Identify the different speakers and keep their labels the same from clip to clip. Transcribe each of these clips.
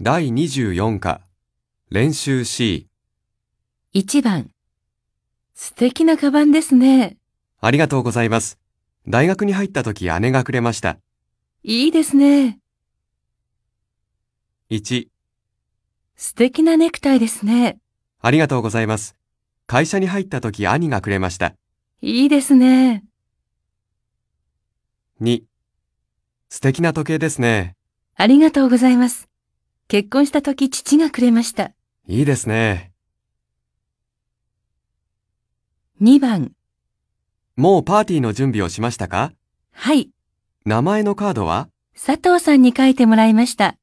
Speaker 1: 第24課、練習 C。
Speaker 2: 1番。素敵なカバンですね。
Speaker 1: ありがとうございます。大学に入った時姉がくれました。
Speaker 2: いいですね。
Speaker 1: 1、
Speaker 2: 素敵なネクタイですね。
Speaker 1: ありがとうございます。会社に入った時兄がくれました。
Speaker 2: いいですね。
Speaker 1: 2、素敵な時計ですね。
Speaker 2: ありがとうございます。結婚した時父がくれました。
Speaker 1: いいですね。
Speaker 2: 2番。
Speaker 1: もうパーティーの準備をしましたか
Speaker 2: はい。
Speaker 1: 名前のカードは
Speaker 2: 佐藤さんに書いてもらいました。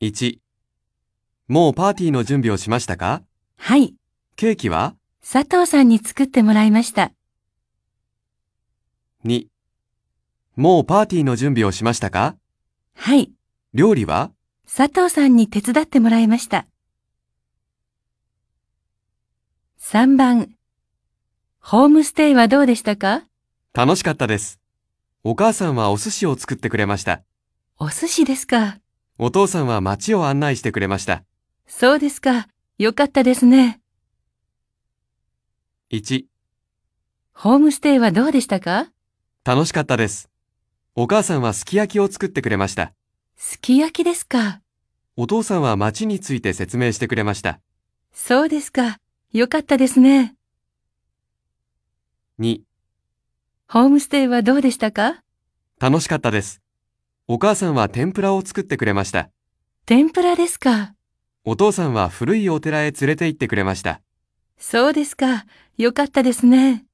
Speaker 1: ?1、もうパーティーの準備をしましたか
Speaker 2: はい。
Speaker 1: ケーキは
Speaker 2: 佐藤さんに作ってもらいました。
Speaker 1: ?2、もうパーティーの準備をしましたか
Speaker 2: はい。
Speaker 1: 料理は
Speaker 2: 佐藤さんに手伝ってもらいました。3番。ホームステイはどうでしたか
Speaker 1: 楽しかったです。お母さんはお寿司を作ってくれました。
Speaker 2: お寿司ですか。
Speaker 1: お父さんは街を案内してくれました。
Speaker 2: そうですか。よかったですね。
Speaker 1: 1、
Speaker 2: ホームステイはどうでしたか
Speaker 1: 楽しかったです。お母さんはすき焼きを作ってくれました。
Speaker 2: すき焼きですか。
Speaker 1: お父さんは街について説明してくれました。
Speaker 2: そうですか。よかったですね。
Speaker 1: 2、
Speaker 2: ホームステイはどうでしたか
Speaker 1: 楽しかったです。お母さんは天ぷらを作ってくれました。
Speaker 2: 天ぷらですか。
Speaker 1: お父さんは古いお寺へ連れて行ってくれました。
Speaker 2: そうですか。よかったですね。